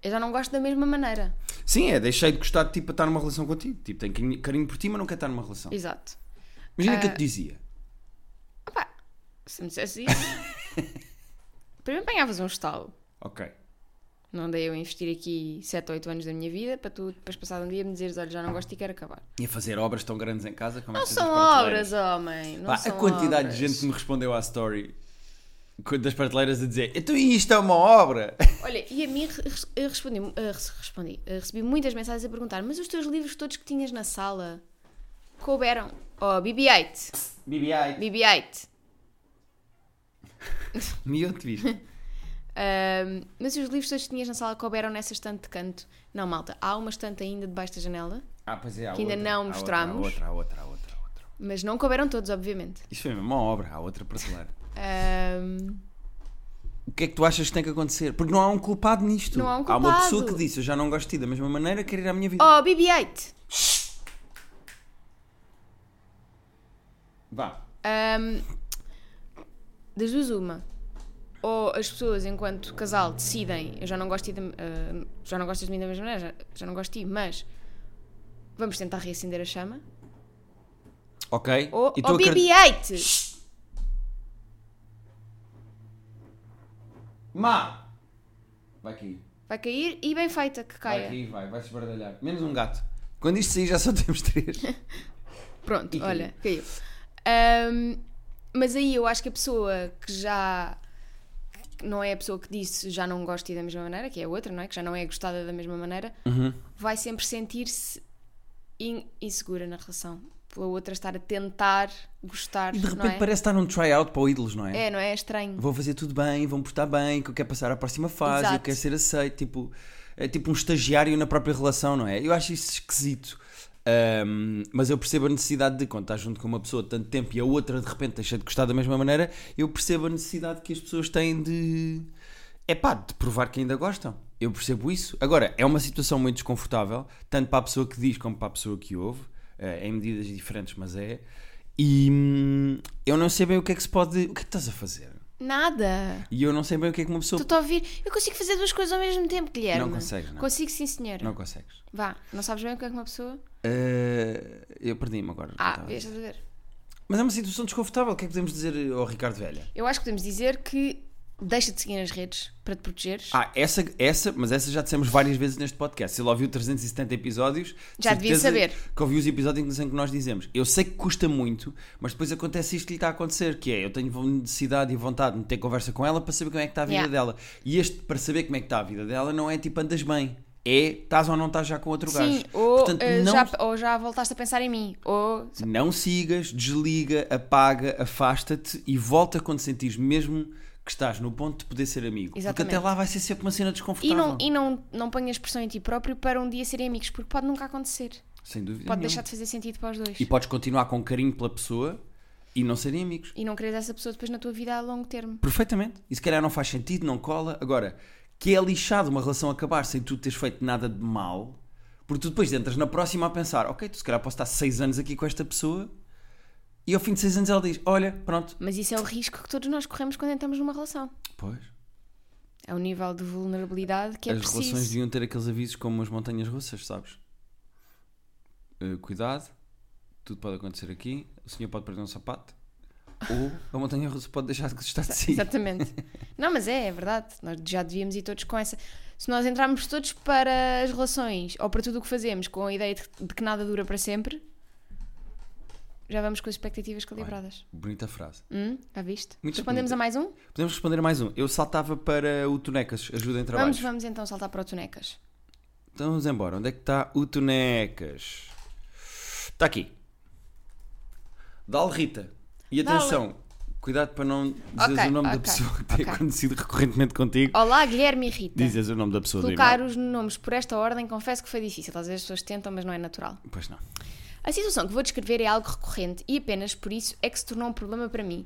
Speaker 1: Eu já não gosto da mesma maneira.
Speaker 2: Sim, é, deixei de gostar de ti para estar numa relação contigo. Tipo, tenho carinho- carinho por ti, mas não quero estar numa relação.
Speaker 1: Exato.
Speaker 2: Imagina
Speaker 1: Ah.
Speaker 2: que eu te dizia.
Speaker 1: Opa, se me dissesse isso. Primeiro apanhavas um estalo.
Speaker 2: Ok.
Speaker 1: Não andei eu a investir aqui 7 ou 8 anos da minha vida para tu depois passar um dia me dizeres, olha, já não gosto e quero acabar.
Speaker 2: E a fazer obras tão grandes em casa como é
Speaker 1: Não
Speaker 2: estas
Speaker 1: são
Speaker 2: das prateleiras.
Speaker 1: obras, homem. Não
Speaker 2: Pá,
Speaker 1: são
Speaker 2: a quantidade
Speaker 1: obras.
Speaker 2: de gente que me respondeu à story co- das prateleiras a dizer então isto é uma obra.
Speaker 1: Olha, e a mim re- res- eu respondi, eh, res- respondi, eh, recebi muitas mensagens a perguntar: mas os teus livros todos que tinhas na sala couberam? Oh, BB-8,
Speaker 2: BB-8.
Speaker 1: BB-8.
Speaker 2: Miúdo te viste.
Speaker 1: Ahm, mas os livros todos que tinhas na sala couberam nessa estante de canto? Não, malta, há uma estante ainda debaixo da janela,
Speaker 2: Ah, pois é, há
Speaker 1: Que ainda
Speaker 2: outra,
Speaker 1: não
Speaker 2: há outra,
Speaker 1: mostramos.
Speaker 2: Há outra, há outra, há outra, há outra.
Speaker 1: mas não couberam todos, obviamente.
Speaker 2: Isto foi mesmo uma obra, há outra prateleira.
Speaker 1: Ahm,
Speaker 2: O que é que tu achas que tem que acontecer? Porque não há um culpado nisto.
Speaker 1: Não há um
Speaker 2: Há uma
Speaker 1: culpado.
Speaker 2: pessoa que disse eu já não gosto de ti da mesma maneira, quero ir à minha vida.
Speaker 1: oh, BB-8! Oh.
Speaker 2: Vá.
Speaker 1: Ahm, das duas, uma. Ou as pessoas, enquanto casal, decidem: eu já não gosto de, ti da- ah, já não gostas de mim da mesma maneira, já, já não gosto de ti, mas vamos tentar reacender a chama.
Speaker 2: Ok.
Speaker 1: Ou, oh,
Speaker 2: E tu
Speaker 1: ou
Speaker 2: acredi-
Speaker 1: BB-8!
Speaker 2: Má! Vai cair.
Speaker 1: Vai cair e bem feita que
Speaker 2: Vai
Speaker 1: caia.
Speaker 2: cair, vai. Vai-se esbardalhar. Menos um gato. Quando isto sair já só temos três.
Speaker 1: Pronto,
Speaker 2: E caiu.
Speaker 1: olha, caiu. Ahm, mas aí eu acho que a pessoa que já. que Não é a pessoa que disse já não gosto de ti da mesma maneira, que é a outra, não é? Que já não é gostada da mesma maneira,
Speaker 2: Uhum.
Speaker 1: vai sempre sentir-se in- insegura na relação. Pela outra estar a tentar gostar.
Speaker 2: E de repente
Speaker 1: não é?
Speaker 2: parece estar num tryout para o ídolos, não é?
Speaker 1: É, não é? É estranho.
Speaker 2: Vou fazer tudo bem, vão portar bem, que eu quero passar à próxima fase, eu
Speaker 1: Exato.
Speaker 2: quero ser aceito. Tipo, é tipo um estagiário na própria relação, não é? Eu acho isso esquisito. Um, mas eu percebo a necessidade de, quando estás junto com uma pessoa tanto tempo e a outra de repente deixa de gostar da mesma maneira, eu percebo a necessidade que as pessoas têm de. É pá, de provar que ainda gostam. Eu percebo isso. Agora, é uma situação muito desconfortável, tanto para a pessoa que diz como para a pessoa que ouve, eh, em medidas diferentes, mas é. E hum, eu não sei bem o que é que se pode. O que é que estás a fazer?
Speaker 1: Nada.
Speaker 2: E eu não sei bem o que é que uma pessoa.
Speaker 1: Estou-te a ouvir. Eu consigo fazer duas coisas ao mesmo tempo, Guilherme.
Speaker 2: Não consegues, não.
Speaker 1: Consigo, sim, senhora.
Speaker 2: Não consegues.
Speaker 1: Vá, não sabes bem o que é que uma pessoa.
Speaker 2: Eh, eu perdi-me agora.
Speaker 1: Ah,
Speaker 2: Estava a
Speaker 1: vês,
Speaker 2: dizer.
Speaker 1: estás a ver?
Speaker 2: Mas é uma situação desconfortável. O que é que podemos dizer ao Ricardo Velha?
Speaker 1: Eu acho que podemos dizer que deixa de seguir nas redes para te protegeres.
Speaker 2: Ah, essa, essa, mas essa já dissemos várias vezes neste podcast. Se ele ouviu 370 episódios, de
Speaker 1: Já devia
Speaker 2: certeza
Speaker 1: saber.
Speaker 2: Que ouviu os episódios em que nós dizemos. Eu sei que custa muito, mas depois acontece isto que lhe está a acontecer, que é eu tenho necessidade e vontade de ter conversa com ela para saber como é que está a vida
Speaker 1: Yeah.
Speaker 2: dela. E este para saber como é que está a vida dela não é tipo andas bem. É estás ou não estás já com outro gajo.
Speaker 1: sim, ou,
Speaker 2: é Portanto,
Speaker 1: eh,
Speaker 2: não,
Speaker 1: já, ou já voltaste a pensar em mim. Ou.
Speaker 2: não sigas, desliga, apaga, afasta-te e volta quando sentires mesmo que estás no ponto de poder ser amigo. Porque
Speaker 1: Exatamente.
Speaker 2: até lá vai ser sempre uma cena
Speaker 1: E,
Speaker 2: desconfortável.
Speaker 1: não, e não, não ponhas pressão em ti próprio para um dia serem amigos, porque pode nunca acontecer.
Speaker 2: Sem dúvida.
Speaker 1: Pode
Speaker 2: nenhuma.
Speaker 1: deixar de fazer sentido para os dois.
Speaker 2: E
Speaker 1: E,
Speaker 2: podes continuar com carinho pela pessoa e não serem amigos.
Speaker 1: não queres essa pessoa depois na tua vida a longo termo.
Speaker 2: Perfeitamente. E se calhar não faz sentido, não cola. Agora, que é lixado uma relação acabar sem tu teres feito nada de mal, porque tu depois entras na próxima a pensar: ok, tu se calhar posso estar 6 anos aqui com esta pessoa e ao fim de 6 anos ela diz: olha, pronto.
Speaker 1: Mas isso é o risco que todos nós corremos quando entramos numa relação.
Speaker 2: Pois.
Speaker 1: É o nível de vulnerabilidade que é
Speaker 2: As
Speaker 1: preciso.
Speaker 2: relações deviam ter aqueles avisos como as montanhas russas, sabes? Eh, cuidado, tudo pode acontecer aqui. O senhor pode perder um sapato. Ou a montanha russa pode deixar de gostar de si.
Speaker 1: Exatamente. Não, mas é, é verdade. Nós já devíamos ir todos com essa. Se nós entrarmos todos para as relações ou para tudo o que fazemos com a ideia de, de que nada dura para sempre, já vamos com as expectativas calibradas.
Speaker 2: Bonita frase.
Speaker 1: Hum? Já viste?
Speaker 2: Muito
Speaker 1: Respondemos
Speaker 2: bonito.
Speaker 1: a mais um?
Speaker 2: Podemos responder a mais um. Eu saltava para o Tonecas, ajuda em trabalho.
Speaker 1: Vamos, vamos então saltar para o Tonecas.
Speaker 2: Então vamos embora. Onde é que está o Tonecas? Está aqui. Dal Rita. E
Speaker 1: Dale.
Speaker 2: atenção, cuidado para não dizeres
Speaker 1: Ok,
Speaker 2: o nome da
Speaker 1: ok,
Speaker 2: pessoa que tem
Speaker 1: ok.
Speaker 2: acontecido recorrentemente contigo.
Speaker 1: Olá, Guilherme e Rita.
Speaker 2: Dizes o nome da pessoa do
Speaker 1: Colocar
Speaker 2: e-mail.
Speaker 1: os nomes por esta ordem confesso que foi difícil. Às vezes as pessoas tentam, mas não é natural.
Speaker 2: Pois não.
Speaker 1: A situação que vou descrever é algo recorrente e apenas por isso é que se tornou um problema para mim.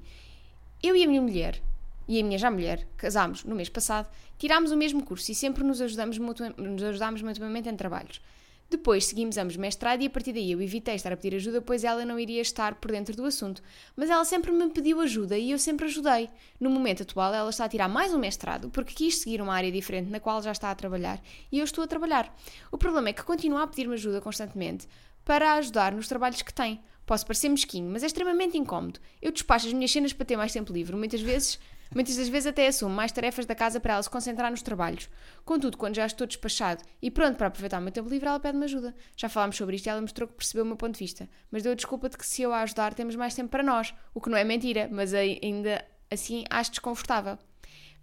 Speaker 1: Eu e a minha mulher, e a minha já mulher, casámos no mês passado, tirámos o mesmo curso e sempre nos ajudamos, mutua- nos ajudámos mutuamente em trabalhos. Depois seguimos ambos mestrado e a partir daí eu evitei estar a pedir ajuda, pois ela não iria estar por dentro do assunto. Mas ela sempre me pediu ajuda e eu sempre ajudei. No momento atual, ela está a tirar mais um mestrado porque quis seguir uma área diferente na qual já está a trabalhar e eu estou a trabalhar. O problema é que continua a pedir-me ajuda constantemente, para a ajudar nos trabalhos que tem. Posso parecer mesquinho, mas é extremamente incómodo. Eu despacho as minhas cenas para ter mais tempo livre, muitas vezes, muitas das vezes até assumo mais tarefas da casa para ela se concentrar nos trabalhos. Contudo, quando já estou despachado e pronto para aproveitar o meu tempo livre, ela pede-me ajuda. Já falámos sobre isto e ela mostrou que percebeu o meu ponto de vista, mas deu a desculpa de que se eu a ajudar temos mais tempo para nós, o que não é mentira, mas ai- ainda assim acho desconfortável.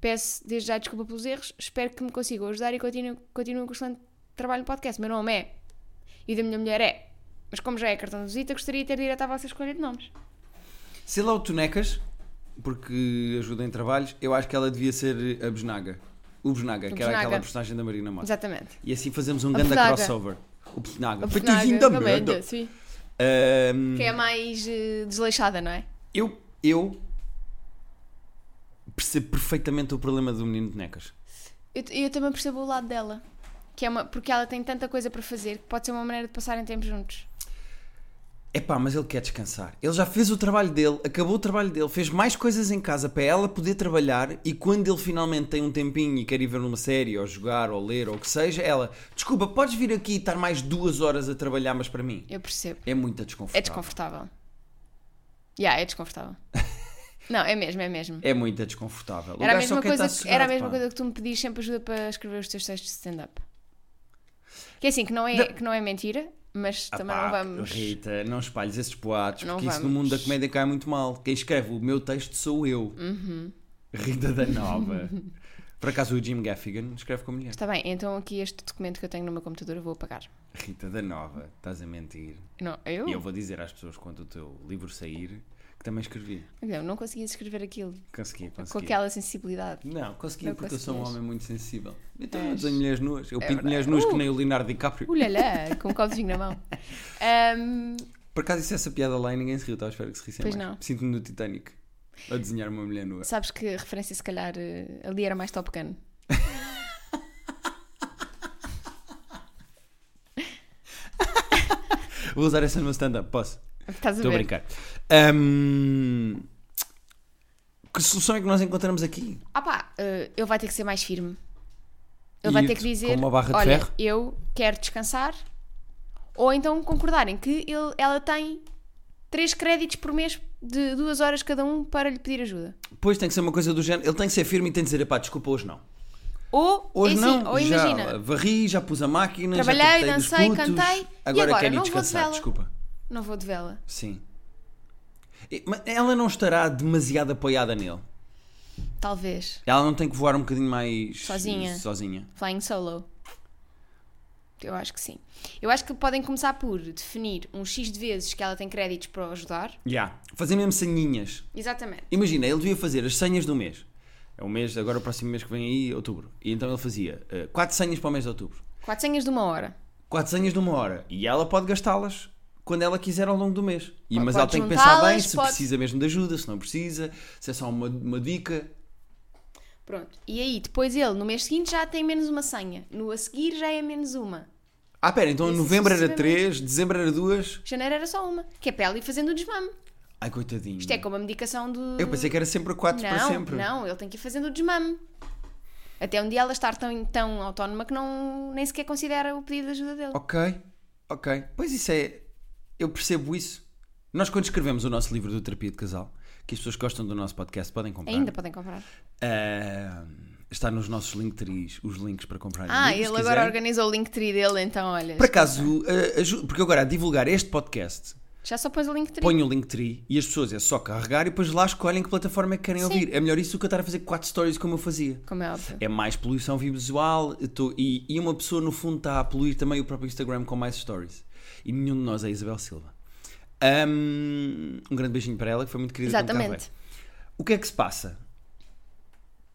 Speaker 1: Peço desde já desculpa pelos erros, espero que me consigam ajudar e continuem continuem com o excelente trabalho no podcast. Meu nome é e o da minha mulher é. Mas como já é cartão de visita, gostaria de ter direito à vossa escolha de nomes.
Speaker 2: Sei lá o Tonecas, porque ajuda em trabalhos, eu acho que ela devia ser a Besnaga. O Besnaga, que era
Speaker 1: Besnaga.
Speaker 2: aquela personagem da Marina Mota.
Speaker 1: Exatamente.
Speaker 2: E assim fazemos um grande
Speaker 1: Besnaga.
Speaker 2: crossover. O Besnaga.
Speaker 1: A
Speaker 2: Feitozinho da
Speaker 1: personagem
Speaker 2: merda.
Speaker 1: sim.
Speaker 2: Ahm,
Speaker 1: Que é a mais eh, desleixada, não é?
Speaker 2: Eu, eu percebo perfeitamente o problema do menino de necas.
Speaker 1: Eu, eu também percebo o lado dela. Que é uma, porque ela tem tanta coisa para fazer que pode ser uma maneira de passarem tempo juntos.
Speaker 2: Epá, mas ele quer descansar. Ele já fez o trabalho dele, acabou o trabalho dele, fez mais coisas em casa para ela poder trabalhar e quando ele finalmente tem um tempinho e quer ir ver uma série, ou jogar, ou ler, ou o que seja, ela, desculpa, podes vir aqui e estar mais duas horas a trabalhar, mas para mim
Speaker 1: Eu percebo.
Speaker 2: é muito desconfortável.
Speaker 1: É desconfortável. Já, é desconfortável. não, é mesmo, é mesmo.
Speaker 2: É muito desconfortável. O
Speaker 1: Era a,
Speaker 2: gajo só
Speaker 1: mesma
Speaker 2: quer
Speaker 1: coisa,
Speaker 2: estar
Speaker 1: que- era a
Speaker 2: sossegado,
Speaker 1: mesma
Speaker 2: pá.
Speaker 1: coisa que tu me pedis sempre ajuda para escrever os teus textos de stand-up. Que é assim, que não é, que não é mentira, mas
Speaker 2: Ah
Speaker 1: também
Speaker 2: pá,
Speaker 1: não vamos.
Speaker 2: Rita, não espalhes esses boatos,
Speaker 1: Não
Speaker 2: porque isso no
Speaker 1: vamos.
Speaker 2: mundo da comédia cai muito mal. Quem escreve o meu texto sou eu.
Speaker 1: Uhum.
Speaker 2: Rita da Nova. Por acaso o Jim Gaffigan escreve com a mulher.
Speaker 1: Está bem, então aqui este documento que eu tenho no meu computador eu vou apagar.
Speaker 2: Rita da Nova, estás a mentir.
Speaker 1: Não, eu?
Speaker 2: E eu vou dizer às pessoas quando o teu livro sair que Também escrevi.
Speaker 1: Não, não conseguias escrever aquilo
Speaker 2: Consegui, consegui.
Speaker 1: com aquela sensibilidade.
Speaker 2: Não, consegui
Speaker 1: Não
Speaker 2: porque eu sou um
Speaker 1: conseguias.
Speaker 2: homem muito sensível. Então eu
Speaker 1: És.
Speaker 2: desenho mulheres nuas. Eu pinto
Speaker 1: verdade.
Speaker 2: mulheres nuas que
Speaker 1: Uh!
Speaker 2: nem o Leonardo DiCaprio.
Speaker 1: Ulhalá, com um copo de vinho na mão. Ahm,
Speaker 2: Por acaso isso é essa piada lá e ninguém se riu, estava a esperar que se rissem
Speaker 1: Pois
Speaker 2: mais.
Speaker 1: não.
Speaker 2: Sinto-me no Titanic a desenhar uma mulher nua.
Speaker 1: sabes que a referência, se calhar, eh, ali era mais Top Gun.
Speaker 2: Vou usar essa no meu stand-up, posso?
Speaker 1: Estás a
Speaker 2: Estou a
Speaker 1: ver?
Speaker 2: brincar. Ahm, Que solução é que nós encontramos aqui?
Speaker 1: Ah pá, eh, ele vai ter que ser mais firme.
Speaker 2: E
Speaker 1: Ele vai ter que
Speaker 2: com
Speaker 1: dizer:
Speaker 2: uma barra de
Speaker 1: Olha,
Speaker 2: ferro?"
Speaker 1: eu quero descansar. Ou então concordarem que ele- ela tem três créditos por mês de duas horas cada um para lhe pedir ajuda.
Speaker 2: Pois tem que ser uma coisa do género. Ele tem que ser firme e tem que dizer, pá, desculpa, hoje não.
Speaker 1: Ou,
Speaker 2: Hoje
Speaker 1: é assim,
Speaker 2: não,
Speaker 1: ou
Speaker 2: já
Speaker 1: imagina,
Speaker 2: varri, já pus a máquina, já
Speaker 1: Trabalhei,
Speaker 2: cortei dos
Speaker 1: dancei,
Speaker 2: putos,
Speaker 1: cantei, e
Speaker 2: Agora,
Speaker 1: agora?
Speaker 2: quero ir
Speaker 1: Não vou de
Speaker 2: descansar,
Speaker 1: vela.
Speaker 2: desculpa.
Speaker 1: não vou de vela.
Speaker 2: Sim. E- Mas ela não estará demasiado apoiada nele.
Speaker 1: Talvez.
Speaker 2: Ela não tem que voar um bocadinho mais
Speaker 1: Sozinha.
Speaker 2: sozinha.
Speaker 1: Flying solo. Eu acho que sim. Eu acho que podem começar por definir um X de vezes que ela tem créditos para o ajudar.
Speaker 2: Já. Fazer mesmo senhinhas.
Speaker 1: Exatamente.
Speaker 2: Imagina, ele devia fazer as senhas do mês. É o mês, agora o próximo mês que vem aí, outubro. E então ele fazia eh, quatro senhas para o mês de outubro.
Speaker 1: Quatro senhas de uma hora.
Speaker 2: Quatro senhas de uma hora. E ela pode gastá-las quando ela quiser ao longo do mês. E,
Speaker 1: Pode-
Speaker 2: mas ela
Speaker 1: pode
Speaker 2: tem que pensar bem
Speaker 1: juntá-las,
Speaker 2: se
Speaker 1: pode-
Speaker 2: precisa mesmo de ajuda, se não precisa, se é só uma, uma dica.
Speaker 1: Pronto. E aí, depois ele, no mês seguinte, já tem menos uma senha. No a seguir, já é menos uma.
Speaker 2: Ah, pera, então
Speaker 1: Isso,
Speaker 2: novembro era
Speaker 1: sucessivamente.
Speaker 2: três, dezembro era duas.
Speaker 1: Janeiro era só uma. Que é pele e fazendo o desmame.
Speaker 2: Ai, coitadinho.
Speaker 1: Isto é como a medicação do.
Speaker 2: Eu pensei que era sempre quatro
Speaker 1: não,
Speaker 2: para sempre.
Speaker 1: Não, ele tem que ir fazendo o desmame. Até um dia ela estar tão, tão autónoma que não, nem sequer considera o pedido de ajuda dele.
Speaker 2: Ok, ok. Pois isso é. Eu percebo isso. Nós, quando escrevemos o nosso livro do Terapia de Casal, que as pessoas que gostam do nosso podcast podem comprar,
Speaker 1: Ainda podem comprar.
Speaker 2: ah, está nos nossos linktrees os links para comprar.
Speaker 1: Ah, ele agora organizou o Linktree dele, então olha.
Speaker 2: Por acaso, ah, aju- porque eu agora a divulgar este podcast,
Speaker 1: Já só pões o Linktree.
Speaker 2: ponho o Linktree e as pessoas é só carregar e depois lá escolhem que plataforma é que querem
Speaker 1: Sim.
Speaker 2: ouvir. É melhor isso do que eu estar a fazer quatro stories como eu fazia.
Speaker 1: Como é óbvio.
Speaker 2: É mais poluição visual eu tô- e, e uma pessoa, no fundo, está a poluir também o próprio Instagram com mais stories. E nenhum de nós é Isabel Silva. Ahm, um grande beijinho para ela, que foi muito querida. quando cá
Speaker 1: Exatamente.
Speaker 2: veio. O que é que se passa?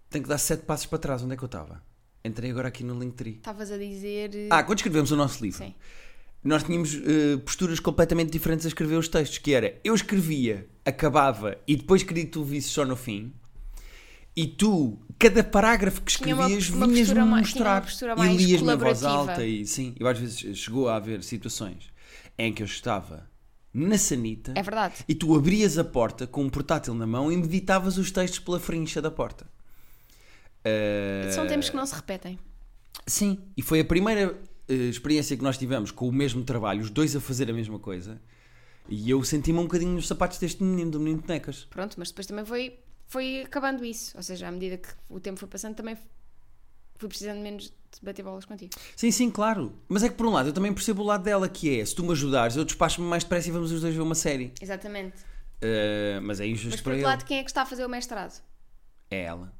Speaker 2: Tenho que dar sete passos para trás. Onde é que eu estava? Entrei agora aqui no Linktree.
Speaker 1: Estavas a dizer. eh,
Speaker 2: Ah, quando escrevemos o nosso livro,
Speaker 1: Sim.
Speaker 2: nós tínhamos eh, posturas completamente diferentes a escrever os textos, que era, eu escrevia, acabava e depois queria que tu visses só no fim. E tu, cada parágrafo que
Speaker 1: Tinha uma-
Speaker 2: escrevias,
Speaker 1: uma
Speaker 2: vinhas-me
Speaker 1: postura mais- tinha
Speaker 2: mostrar.
Speaker 1: uma postura
Speaker 2: e
Speaker 1: mais
Speaker 2: lias-me em voz
Speaker 1: colaborativa.
Speaker 2: alta. E, sim, eu às vezes eh, chegou a haver situações em que eu estava na sanita
Speaker 1: É verdade.
Speaker 2: e tu abrias a porta com um portátil na mão e meditavas os textos pela frincha da porta. Eh,
Speaker 1: São tempos que não se repetem.
Speaker 2: Sim, e foi a primeira eh, experiência que nós tivemos com o mesmo trabalho, os dois a fazer a mesma coisa, e eu senti-me um bocadinho nos sapatos deste menino, do menino de bonecas.
Speaker 1: Pronto, mas depois também foi, foi acabando isso. Ou seja, à medida que o tempo foi passando, também fui precisando menos de bater bolas contigo.
Speaker 2: Sim, sim, claro. Mas é que por um lado eu também percebo o lado dela, que é se tu me ajudares, eu despacho-me mais depressa e vamos os dois ver uma série.
Speaker 1: Exatamente.
Speaker 2: Eh, mas é injusto
Speaker 1: Mas por
Speaker 2: para ele.
Speaker 1: outro lado, quem é que está a fazer o mestrado?
Speaker 2: É ela.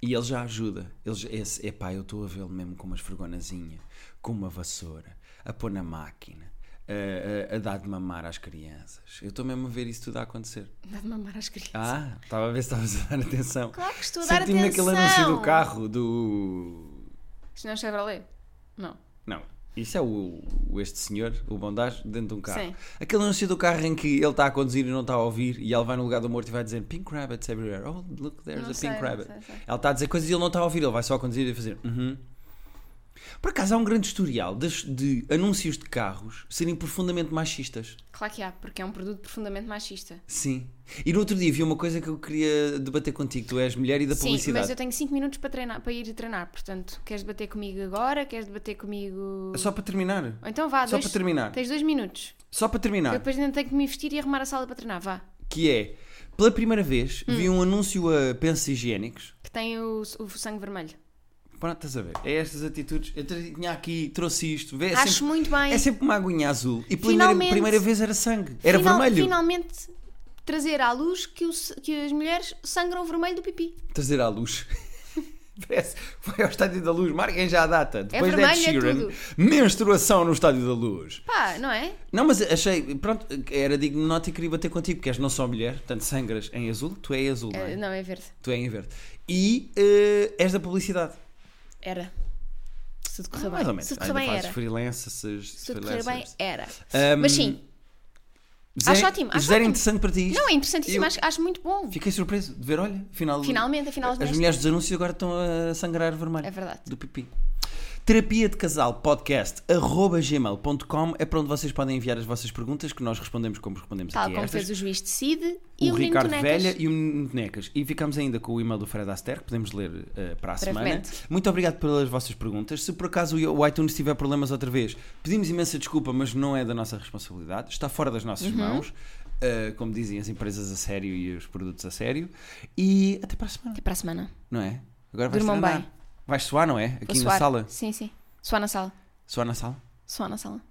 Speaker 2: E ele já ajuda. Ele já, esse, epá, eu estou a vê-lo mesmo com umas fregonazinha, com uma vassoura, a pôr na máquina, a, a- a dar de mamar às crianças. Eu estou mesmo a ver isso tudo a acontecer.
Speaker 1: Dá de mamar às crianças.
Speaker 2: Ah, estava a ver se estavas a dar atenção.
Speaker 1: Claro que estou a dar
Speaker 2: Senti-me naquele
Speaker 1: atenção.
Speaker 2: anúncio do carro do.
Speaker 1: Isto não é um Chevrolet? Não.
Speaker 2: Não, isso é o, o- este senhor, o bondage, dentro de um carro.
Speaker 1: Sim.
Speaker 2: Aquele anúncio do carro em que ele está a conduzir e não está a ouvir, e ele vai no lugar do morto e vai dizer Pink Rabbits everywhere. Oh, look, there's
Speaker 1: Não
Speaker 2: a
Speaker 1: sei,
Speaker 2: Pink
Speaker 1: não
Speaker 2: Rabbit.
Speaker 1: sei, sei.
Speaker 2: Ele está a dizer coisas e ele não está a ouvir, ele vai só a conduzir e a fazer. "Uhum." Por acaso há um grande historial das- de anúncios de carros serem profundamente machistas.
Speaker 1: Claro que há, porque é um produto profundamente machista.
Speaker 2: Sim. E no outro dia vi uma coisa que eu queria debater contigo. Tu és mulher e da
Speaker 1: Sim,
Speaker 2: publicidade.
Speaker 1: mas eu tenho 5 minutos para, treinar, para ir treinar, portanto, queres debater comigo agora? Queres debater comigo.
Speaker 2: Só para terminar.
Speaker 1: Ou Então vá,
Speaker 2: Só
Speaker 1: dois-
Speaker 2: para terminar. Ah.
Speaker 1: Tens dois minutos.
Speaker 2: Só para
Speaker 1: Eu
Speaker 2: terminar.
Speaker 1: depois ainda tenho que me vestir e arrumar a sala para treinar, vá.
Speaker 2: Que é, pela primeira vez,
Speaker 1: Hum.
Speaker 2: vi um anúncio a pensos higiênicos.
Speaker 1: Que tem o, o sangue vermelho.
Speaker 2: Pronto, estás a ver? É estas atitudes. Eu tra- tinha aqui, trouxe isto. Vê, é
Speaker 1: Acho
Speaker 2: sempre-
Speaker 1: muito bem.
Speaker 2: É sempre uma aguinha azul. E pela primeira,
Speaker 1: Finalmente.
Speaker 2: primeira vez era sangue. Era
Speaker 1: Final-
Speaker 2: vermelho.
Speaker 1: Finalmente trazer à luz que, o s- que as mulheres sangram o vermelho do pipi.
Speaker 2: Trazer à luz. Parece que vai ao Estádio da Luz, marquem já a data. Depois de Ed
Speaker 1: vermelho, é
Speaker 2: Sheeran,
Speaker 1: tudo.
Speaker 2: menstruação no Estádio da Luz.
Speaker 1: Pá, não é?
Speaker 2: Não, mas achei, pronto, era digno de nota e queria bater contigo, porque és não só mulher, portanto, sangras em azul, tu és azul, não é?
Speaker 1: Eh, Não, é verde.
Speaker 2: Tu é em verde. E eh, és da publicidade.
Speaker 1: Era. Se decorrer
Speaker 2: Ah, Mais ou
Speaker 1: bem.
Speaker 2: menos.
Speaker 1: Se decorrer
Speaker 2: Ainda
Speaker 1: bem,
Speaker 2: fazes
Speaker 1: era.
Speaker 2: freelance, se,
Speaker 1: Se decorrer bem, era.
Speaker 2: Ahm,
Speaker 1: Mas sim,
Speaker 2: Zé-
Speaker 1: acho ótimo, acho
Speaker 2: Zé era
Speaker 1: ótimo.
Speaker 2: interessante para ti isto.
Speaker 1: não, é interessantíssimo.
Speaker 2: Eu-
Speaker 1: Acho, acho muito bom.
Speaker 2: Fiquei surpreso de ver, olha, afinal,
Speaker 1: Finalmente, afinal,
Speaker 2: as
Speaker 1: honesto.
Speaker 2: mulheres dos anúncios agora estão a sangrar vermelho.
Speaker 1: É verdade.
Speaker 2: Do pipi. Terapia de Casal Podcast arroba gmail.com é para onde vocês podem enviar as vossas perguntas que nós respondemos como respondemos
Speaker 1: Tal
Speaker 2: aqui a
Speaker 1: como
Speaker 2: estas.
Speaker 1: fez o juiz decide e
Speaker 2: o
Speaker 1: o, menino
Speaker 2: Ricardo
Speaker 1: Tonecas.
Speaker 2: Velha e o Menino Bonecas. E ficamos ainda com o e-mail do Fred Aster, que podemos ler eh, para a semana.
Speaker 1: Brevemente.
Speaker 2: Muito obrigado pelas vossas perguntas. Se por acaso o iTunes tiver problemas outra vez, pedimos imensa desculpa, mas não é da nossa responsabilidade. Está fora das nossas
Speaker 1: Uhum.
Speaker 2: mãos, eh, como dizem as empresas a sério e os produtos a sério. E até para a semana,
Speaker 1: Até para a semana.
Speaker 2: não é? Agora vais
Speaker 1: Durmam
Speaker 2: treinar.
Speaker 1: bem.
Speaker 2: Vais suar, não é?
Speaker 1: Vou
Speaker 2: Aqui na
Speaker 1: suar.
Speaker 2: sala.
Speaker 1: Sim, sim. Suar na sala.
Speaker 2: Suar na sala?
Speaker 1: Suar na sala.